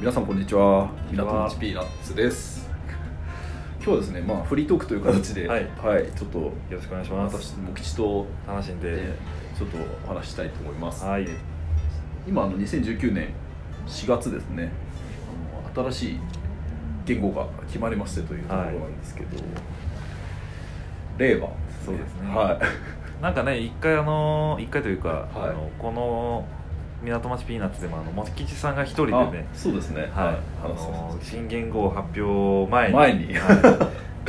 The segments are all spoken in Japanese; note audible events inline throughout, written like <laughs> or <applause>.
皆さんこんにちはこんにミちラはトンチピーナッツです今日はですねまあフリートークという形ではいちょっとよろしくお願いします私も吉と、楽しんで、えーちょっとお話ししたいと思います、はいえー今あの2019年4月ですねあの新しい言語が決まりましてというところなんですけど、令和ですねそうですねはいなんかね一回あの一回というか、はいあのこの港町ピーナッツでもあの茂吉さんが一人であねそうですねはい、あ話しまの新言語発表前に前 <laughs> にはい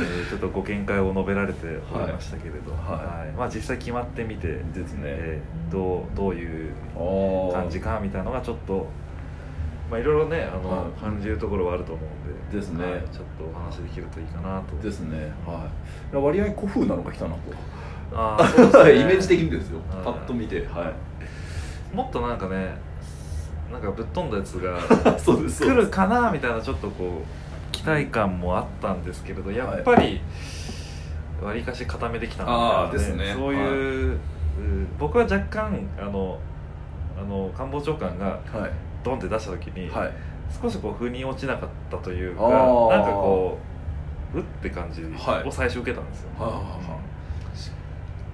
えーちょっとご見解を述べられておりましたけれど、はいまあ、実際決まってみて、すですね、えーどうどういうああ感じかみたいなのがちょっとまあいろいろねあの、はい感じるところはあると思うんでですねはいちょっとお話できるといいかなとですねはい割合古風なのが来たなとあーそうですね <laughs> イメージ的にですよはいパッと見てはいもっとなんかねなんかぶっ飛んだやつが <laughs> そうです来るかなみたいなちょっとこう期待感もあったんですけれどやっぱりわりかし固めてきたなあーみたいなですねそういう、うん僕は若干あのあの官房長官がはドンって出した時に、いはい少しこう腑に落ちなかったというかあーなんかこううって感じはいを最初受けたんですよ、はいはいはいは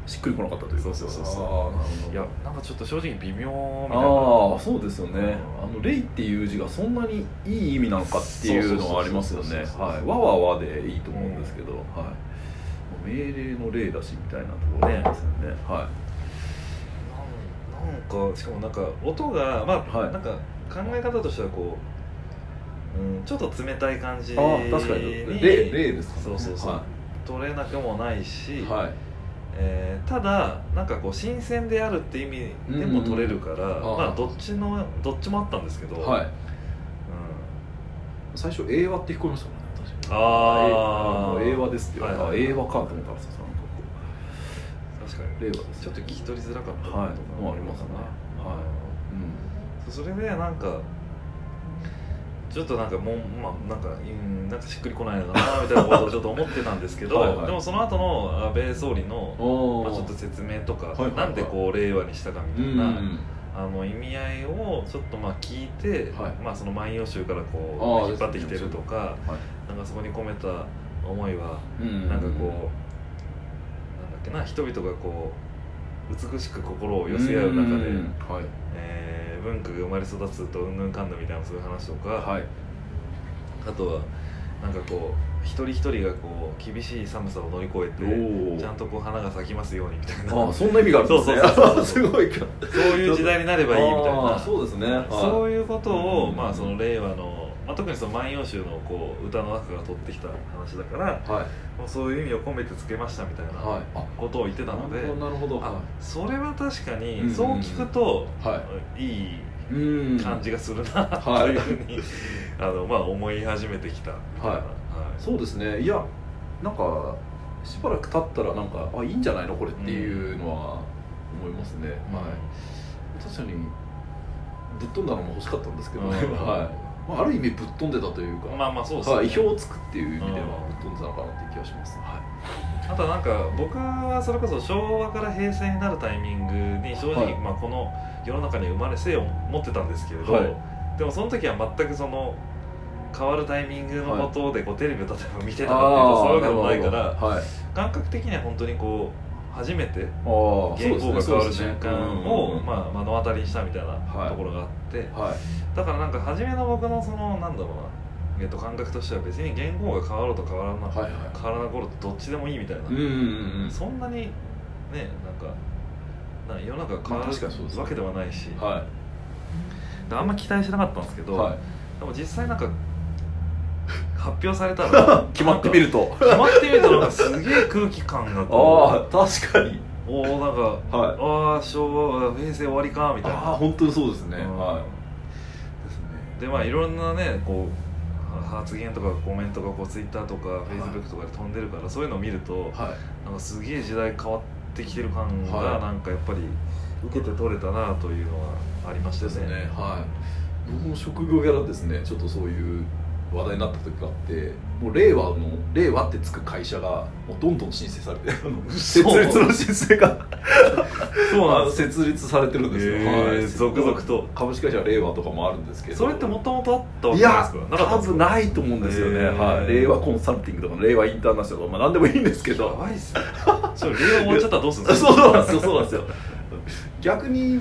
しっくりこなかったというかそうそうそうそうそういやなんかちょっと正直微妙みたいなああそうですよねあの「レイ」っていう字がそんなにいい意味なのかっていうのはありますよねそうそうそうそうはい「わわわ」でいいと思うんですけど、はい命令の「例だしみたいなところありますよねはなんなんかしかもなんか音がまあ、はいなんか考え方としてはこう、うん、ちょっと冷たい感じいああ確かに「例」例ですかそうねそうそう、は取れなくもないし、い、はいえーただなんかこう新鮮であるって意味でも取れるから、うんうんまあああどっちのどっちもあったんですけど、はいうん最初「英和」って聞こえましたもんね確かにあーあの英和ですって言われたはいあはいはい英和かと思ったらさなんかこ確かうに令和ですちょっと聞き取りづらかったはいこともうありますねはそれでなんかちょっとなんかもうまあなんかうんなんかしっくりこないのかなみたいなことをちょっと思ってたんですけどはいはいでもその後の安倍総理のい、おまあ、ちょっとと説明とか、はいはいはいなんでこう令和にしたかみうたいな、んあの意味合いをちょっとまあ聞いて、はいまあ、その「万葉集」からこあうー引っ張ってきてるとか、はいなんかそこに込めた思いはうんなんかこう、なんだっけな人々がこう美しく心を寄せ合う中で。んはいえー文化が生まれ育つとうんぬんかんぬんみたいなそういう話とか、はいあとはなんかこう一人一人がこう厳しい寒さを乗り越えおておちゃんとこう花が咲きますようにみたいなああそんな意味があるんですねそうそうそ <laughs> うすごいかそういう時代になればいいみたいあなーそうですねはい <laughs> そういうことを、うんまあ、その令和の、まあ、特にその「万葉集」のこう歌の中から取ってきた話だからはいもうそういう意味を込めてつけましたみたいはないあことを言ってたのなで、るほどなるほどあそれは確かうんうにんそう聞くと、はいいいいうん感じがする <laughs> なはといいうふうに、あのまあ思い始めてきたみたいはな、いはいそうですねいやなんかしばらく経ったらなんかあいいんじゃないのこれっていうのは思いますね、はい確かにぶっ飛んだのも欲しかったんですけどね、うんはい、まあ、ある意味ぶっ飛んでたというか、まあまあそうですね、はい、意表をつくっていう意味ではうんぶっ飛んでたのかなっていう気がします、はあとはなんか僕はそれこそ昭和から平成になるタイミングに正直、はいまあ、この世の中に生まれ生を持ってたんですけれど、はいでもその時は全くその変わるタイミングのことでこうテレビを例えば見い、てたかっていうとそういうこともないかなるらほどはい、感覚的には本当にこう初めてあー言語が変わる瞬間を、あまあ、目の当たりにしたみたいなはいところがあって、はいだからなんか初めの僕のそのなんだろうな、えっと感覚としては別に言語が変わろうと変わらな、はい変わらな頃とどっちでもいいみたいな、はいうんうんうんそんなにねなんかな世の中が変わまあ確かにそうでするわけではないし、はあ、んま期待してなかったんですけいど、はでも実際なんか発表されたいら <laughs> 決まってみると決まってみたらなんかすげえ空気感があこ <laughs> あ確かにうおおなんかはいああ昭和平成終わりかみたいああな本当にそうですね、うんはいですねでまあいろんなねこう発言とかコメントがこうツイッターとかフェイスブックとかで飛んでるから、そういうのを見るとはいなんかすげえ時代変わってきてる感はがいなんかやっぱり受けて取れたなというのはありましたですねねはい僕も職業柄ですねちょっとそういう話題になった時があってもう令和の令和ってつく会社がもうどんどん申請されてあの設立の申請がそうなんです設立されてるんですよ、へー続々と株式会社令和とかもあるんですけどそれってもともとあったわいけないですやかなか多ったんです分かないと思うんですよね、へーはい、令和コンサルティングとか令和インターナショナルとか、まあ、何でもいいんですけやどばいっすねそれ令和終わっちゃったらどうするんです <laughs> かそうなんですよそうなんですよ逆に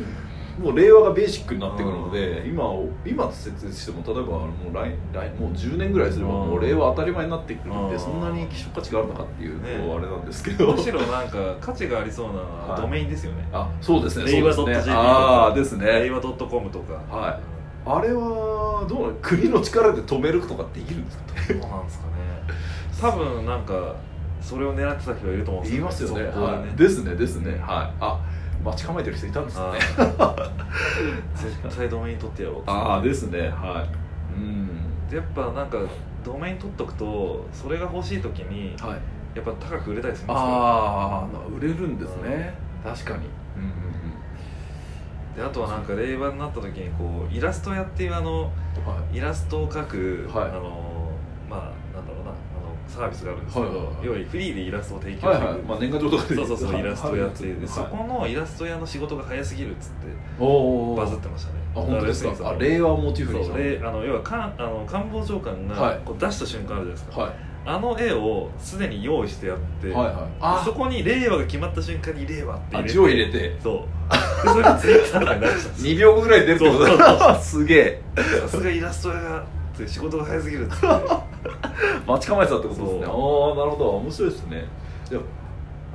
もう令和がベーシックになってくるので今を今設立しても例えばもう来来もう10年ぐらいすればうんもう令和当たり前になってくるんうでんそんなに希少価値があるのかっていうねとあれなんですけど、むしろなんか価値がありそうなドメインですよね、あそうですね令和そうです .jp ねああです令ね和 .com とかはいあれはどうなの国の力で止めるとかできるんですかどうなんですかね多分なんかそれを狙ってた人がいると思うん言いますよねそこははい、ですねですねはいあ待ち構えてる人いたんですねはい <laughs> 絶対ドメイン取ってやろうっつってああですねはいうんやっぱなんかドメイン取っとくとそれが欲しい時にはいやっぱ高く売れたりするんですよああ売れるんですね、確かにうんうんであとはなんか令和になった時にこうイラスト屋っていうあのうんはいイラストを描く、はいあのまあなんだろうなあのサービスがあるんですけど、はいはいはい要はフリーでイラストを提供してくはいれる、はいまあ年賀状とかでそうそうそう、イラストやって、ではいそこのイラスト屋の仕事が早すぎるっつっておーバズってましたねあ本当ですだからあ別に令和をモチーそフのにそうはいであの要はかんあの官房長官はいがこう出した瞬間あるじゃないですか、あの絵をすでに用意してやって、はいはいでそこに令和が決まった瞬間に令和ってあ入れ字を入れてて <laughs> そうでそれがツイッターとかになっちゃうんです2秒後ぐらいに出るってことだ <laughs> すげえさすがイラスト屋がって仕事が早すぎるっつって待ち構えてたってことですねああなそるうほど面白いですねいや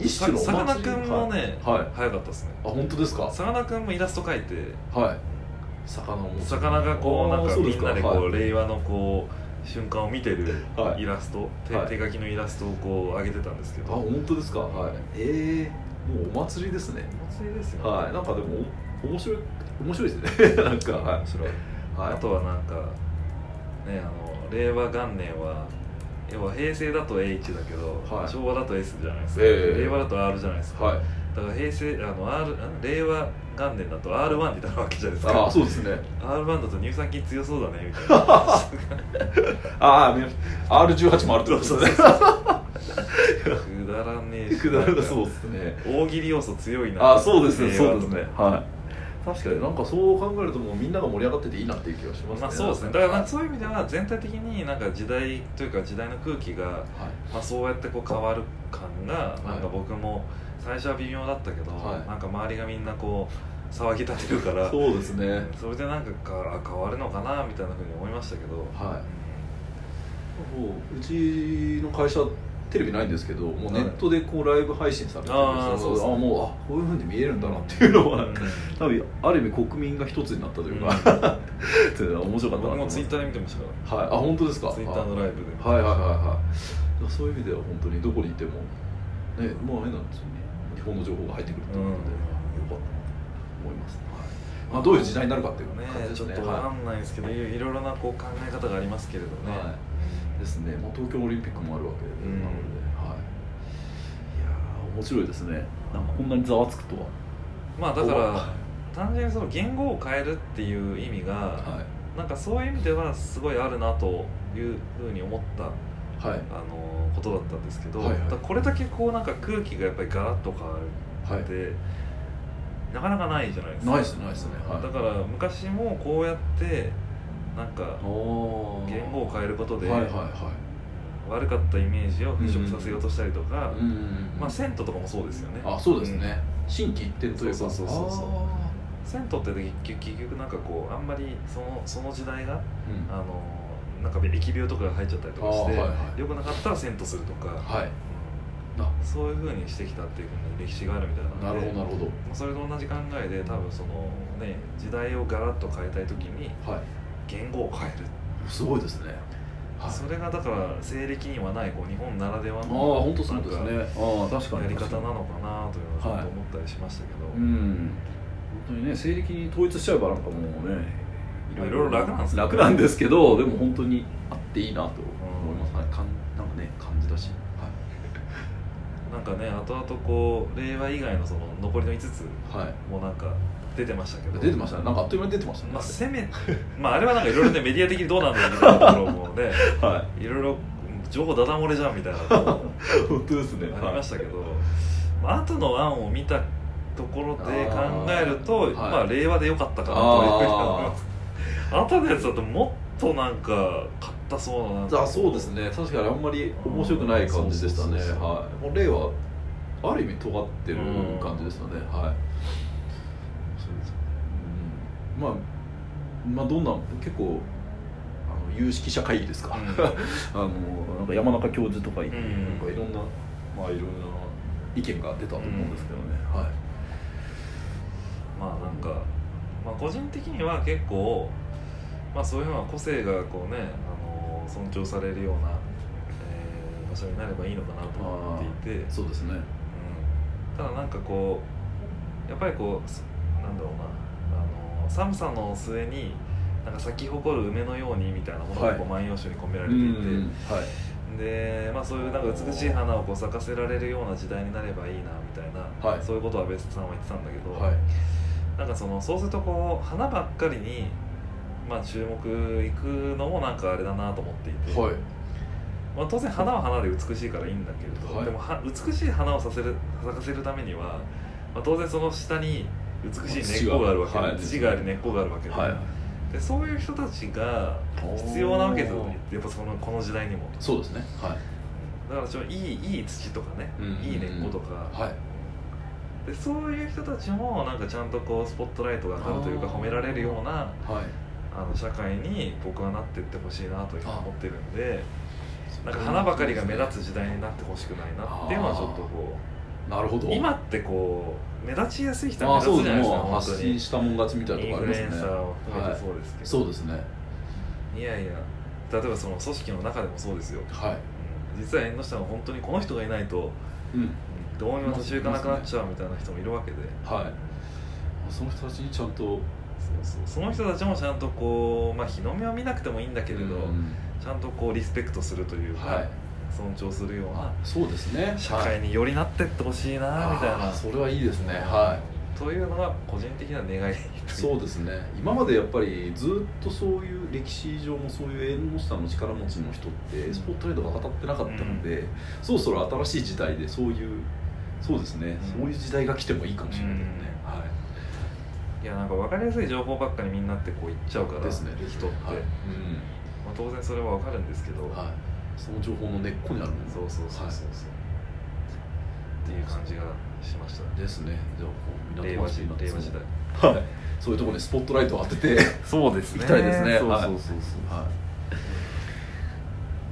一種のさおかな祭りクンもね、はいはい早かったですねあ本当ですかさかなクンもイラスト描いてはい魚もお魚がこうあーなんかそうみですんかなでこはう令和のこう瞬間を見てるはいイラスト手はい手書きのイラストをこう上げてたんですけあどお本当ですかはいええもうお祭りですね祭りですよねはいなんかでもお面白い面白いですね <laughs> なんかはい面白いはいあとはなんかねあの令和元年は要は平成だと H だけどはい昭和だと S じゃないですかええ令和だと R じゃないですかはいだから平成あの R ん令和元年だと R1 になるわけじゃないですああかそうですね R1 だと乳酸菌強そうだねみたいな <laughs> <laughs> ああ R18 もあるってことですねくだら <laughs> ねえしくだらななんかそうですね大喜利要素強いなあそうですね令和そうですねはい確かになんかそう考えるともうみんなが盛り上がってていいなっていう気がしますねまあ、そうですねだからなんかそういう意味では全体的になんか時代というか時代の空気が、はいまあ、そうやってこう変わる感がいなんか僕も最初は微妙だったけど、はいなんか周りがみんなこう騒ぎ立てるからそうですねそれでなんかかあ変わるのかなみたいなふうに思いましたけど、はいもううちの会社テレビないんですけどもうネットでこうライブ配信されてるんあーそそううですねあもうあこういうふうに見えるんだなっていうのは、うん多分ある意味国民が一つになったというか、っていうのは <laughs> 面白かったなと僕思いもますツイッターで見てましたかはいあ本当ですからツイッターのライブで、はいはいはいはいだからそういう意味では本当にどこにいてもねもう変な話に日本の情報が入ってくるってことで、うんよかったなと思います、はいまあ、どういう時代になるかっていうね感じですちょっねとわかはんないですけど、いろいろいろなこう考え方がありますけれどね、はい、うんですね、まあ、東京オリンピックもあるわけで、うんなので、はい、いやー面白いですねなんかこんなにざわつくとはまあだかはら単純にその言語を変えるっていう意味が、いなんかそういう意味ではすごいあるなというふうに思った、はいあのことだったんですけど、はいはいだからこれだけこうなんか空気がやっぱりガラッと変わはいるって、なかなかないじゃないですかないですねないですねはいだから昔もこうやってなんかおー言語を変えることではいはいは悪かったイメージを払拭させようとしたりとか、いうんまあ、銭湯とかもそうですよねあそうですね、新規一転というかそうそうそうそうあ銭湯って結局結局なんかこうあんまりそのその時代がーうんあのなんか疫病とかが入っちゃったりとかして、あーはいはい良くなかったら銭湯するとか、はいうんあそういうふうにしてきたっていうふうに歴史があるみたいななるのでほどなるほまあそれと同じ考えで多分そのね時代をガラッと変えたい時にどはい言語を変える、すごいですねはいそれがだから西暦にはないこう日本ならではああの本当そうですねなんかああ確かにやり方なのかなというのはちょっと思ったりしましたけど、うん本当にね西暦に統一しちゃえばなんかもうねまあいろいろ楽なんですね楽なんですけどでも本当にあっていいなと思います、はい、かんなんかね感じだし、なんかね後々こう令和以外のその残りの5つはいはい、もうなんか出てましたけど出てましたねなんかあっという間に出てましたねまあ、せめ <laughs> まああれはなんかいろいろねメディア的にどうなんだろうみたいなところも <laughs> ねはいいろいろ情報ダダ漏れじゃんみたいなとこ本当ですねろもありましたけど、まあ後の案を見たところで考えるとあーはいまあ令和で良かったかなというふうに思いあます <laughs> 後のやつだともっとなんか買ったそうななんーかあそうですね確かにあんまり面白くない感じでしたねそうそうそうはいもう例はある意味尖ってる感じでしたねはいそうですうんまあまあどんな結構あの有識者会議ですか、 <laughs> あのなんか山中教授とかいて、うんなんかいろんなまあいろんな意見が出たと思うんですけどね、はいまあなんか、まあ、個人的には結構、まあ、そういうのは個性がこうね、あの尊重されるような、えー場所になればいいのかなと思っていて、うん、そうですねただなんかこうやっぱりこうすなんだろうな、あの寒さの末になんか咲き誇る梅のようにみたいなものがこう万葉集に込められていて、うんはいで、まあ、そういうなんか美しい花をこう咲かせられるような時代になればいいなみたいな、はいそういうことはベストさんは言ってたんだけど。はいなんかそのそうするとこう花ばっかりに、まあ、注目いくのもなんかあれだなと思っていて、はいまあ、当然花は花で美しいからいいんだけれど、はいでもは美しい花をさせる咲かせるためには、まあ、当然その下に美しい根っこがあるわけで、はい土があり根っこがあるわけで,、はいでそういう人たちが必要なわけですよねやっぱそのこの時代にもそうですねはいだからちょいいいい土とかね、うんいい根っことか、はいでそういう人たちもなんかちゃんとこうスポットライトが当たるというかあー褒められるようなはいあの社会に僕はなってってほしいなというふうに思ってるんでなんか花ばかりが目立つ時代になってほしくないなっていうのはちょっとこつなるほどう今ってこう目立ちやすい人あはあ目そう立つじでゃすねないですかもう本発当信したもん勝ちみたいなとにイこンありますフルエねンサーを含めてはそうですけいど、そうですねい、やいや例えばその組織の中でもそうですよはいうん実は縁の下も本当にこの人がいないとうんどうにも年行かなくなっちゃうみたいな人もいるわけではいその人たちにちゃんとそうそうその人たちもちゃんとこう、まあ、日の目は見なくてもいいんだけれど、うんちゃんとこうリスペクトするというか、はい尊重するようなそうですね社会によりなってってほしいなはいみたいな、あーそれはいいですねはいというのが個人的な願いそうですね今までやっぱりずっとそういう歴史上もそういう縁の下の力持ちの人ってスポットライトが当たってなかったので、そろそろ新しい時代でそういうそうですね、うんそういう時代が来てもいいかもしれないですね、はいやなんか分かりやすい情報ばっかりみんなってこう言っちゃうからいですね人って、はい、まあ、当然それは分かるんですけど、うんはい、その情報の根っこにあるんですそうそうそうそうそう、っていう感じがしましたねですねじゃあこう令港和町時になって令和時代はいそういうところにスポットライトを当て <laughs> てはいそうです行きたいですねそうはいそうそうそ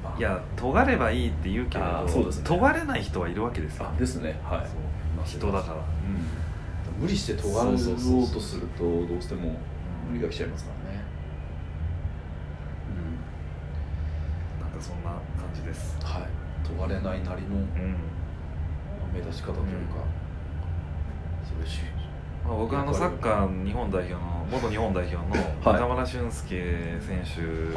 う、い、や尖ればいいって言うけれあどーそうですね尖れない人はいるわけですよあですねはいそう人だから、うん無理して尖ろうとするとどうしても無理が来ちゃいますからね、なんかそんな感じです。うん、はい尖れないなりのうん。目立ち方というか、そういうしまあ、僕はあのサッカー日本代表の元日本代表のはい中村俊輔選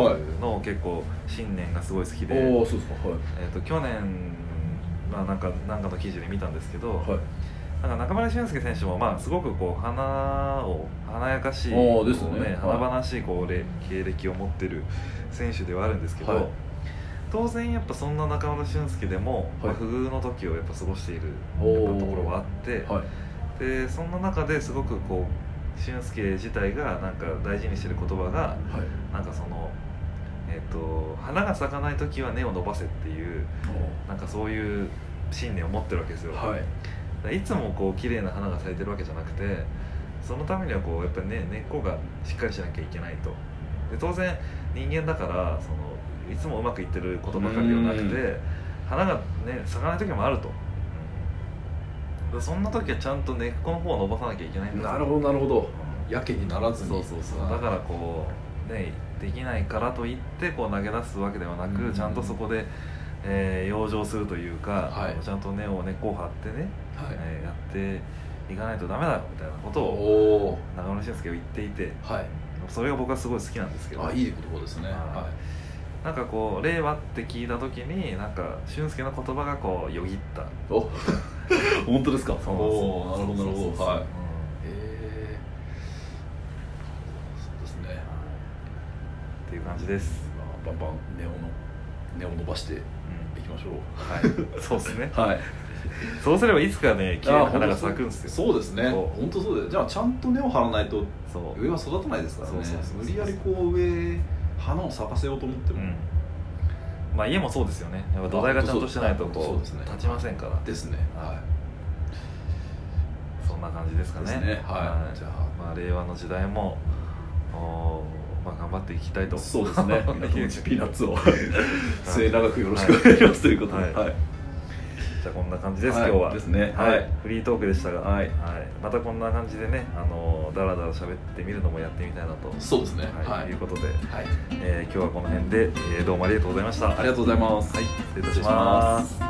はい手の結構信念がすごい好きで、おおそうですかはいえっと去年まあなんかなんかの記事で見たんですけど、はいなんか中村俊輔選手もまあすごくこう花を華やかしい、おーですねこうはい華々しいこうれ経歴を持ってる選手ではあるんですけど。はい当然やっぱそんな中村俊輔でも、まあはい不遇の時をやっぱ過ごしているおーやっぱところはあって、はいでそんな中ですごくこう俊介自体がなんか大事にしてる言葉がはいなんかその、えっと花が咲かない時は根を伸ばせっていうなんかそういう信念を持ってるわけですよ、はいい、いつもこう綺麗な花が咲いてるわけじゃなくてそのためにはこうやっぱり、ね、根っこがしっかりしなきゃいけないとで当然人間だからそのいつもうまくいってることばかりではなうくて花がね咲かない時もあると、でそんな時はちゃんと根っこの方を伸ばさなきゃいけないんだなるほどどなるほどやけにならずにそうそうそうだからこうねできないからといってこう投げ出すわけではなく、うんちゃんとそこで、えー養生するというか、はいちゃんと根を根っこを張ってねらはい、えーやっていかないとダメだよみたいなことおをお中村俊輔は言っていてはいそれが僕はすごい好きなんですけどあいい言葉ですねはなんかこう「令和」って聞いた時になんか俊輔の言葉がこうよぎったい <laughs> お本当ですかそうおおなるほどなるほどはいうんへえ感じです、まあ、バンバン根をの根を伸ばしていうんきましょう <laughs> はい、そうで <laughs> すねはいそうすればいつかね綺麗な花が咲くんですよそうですねそう本当そうですじゃあちゃんと根を張らないとそう上は育たないですからねそうそうそうそう無理やりこう上花を咲かせようと思ってうも、んまあ家もそうですよねやっぱ土台がちゃんとしてないとあそうこですねう立ちませんからですねはそんな感じですかいねですねはい、じゃあまあ令和の時代もおーまあ頑張っていきたいとそう <laughs> ですね港町ピーナッツを <laughs> 末永くよろしくおはい願いしますということではいはい <laughs> じゃあこんな感じです、はい今日はですねははいい、フリートークでしたが、はいまたこんな感じでねあのダラダラ喋ってみるのもやってみたいなと、そうですねははいいい、うことで、はいえー今日はこの辺で、えーどうもありがとうございましたありがとうございますはい失礼いたし失礼しまますす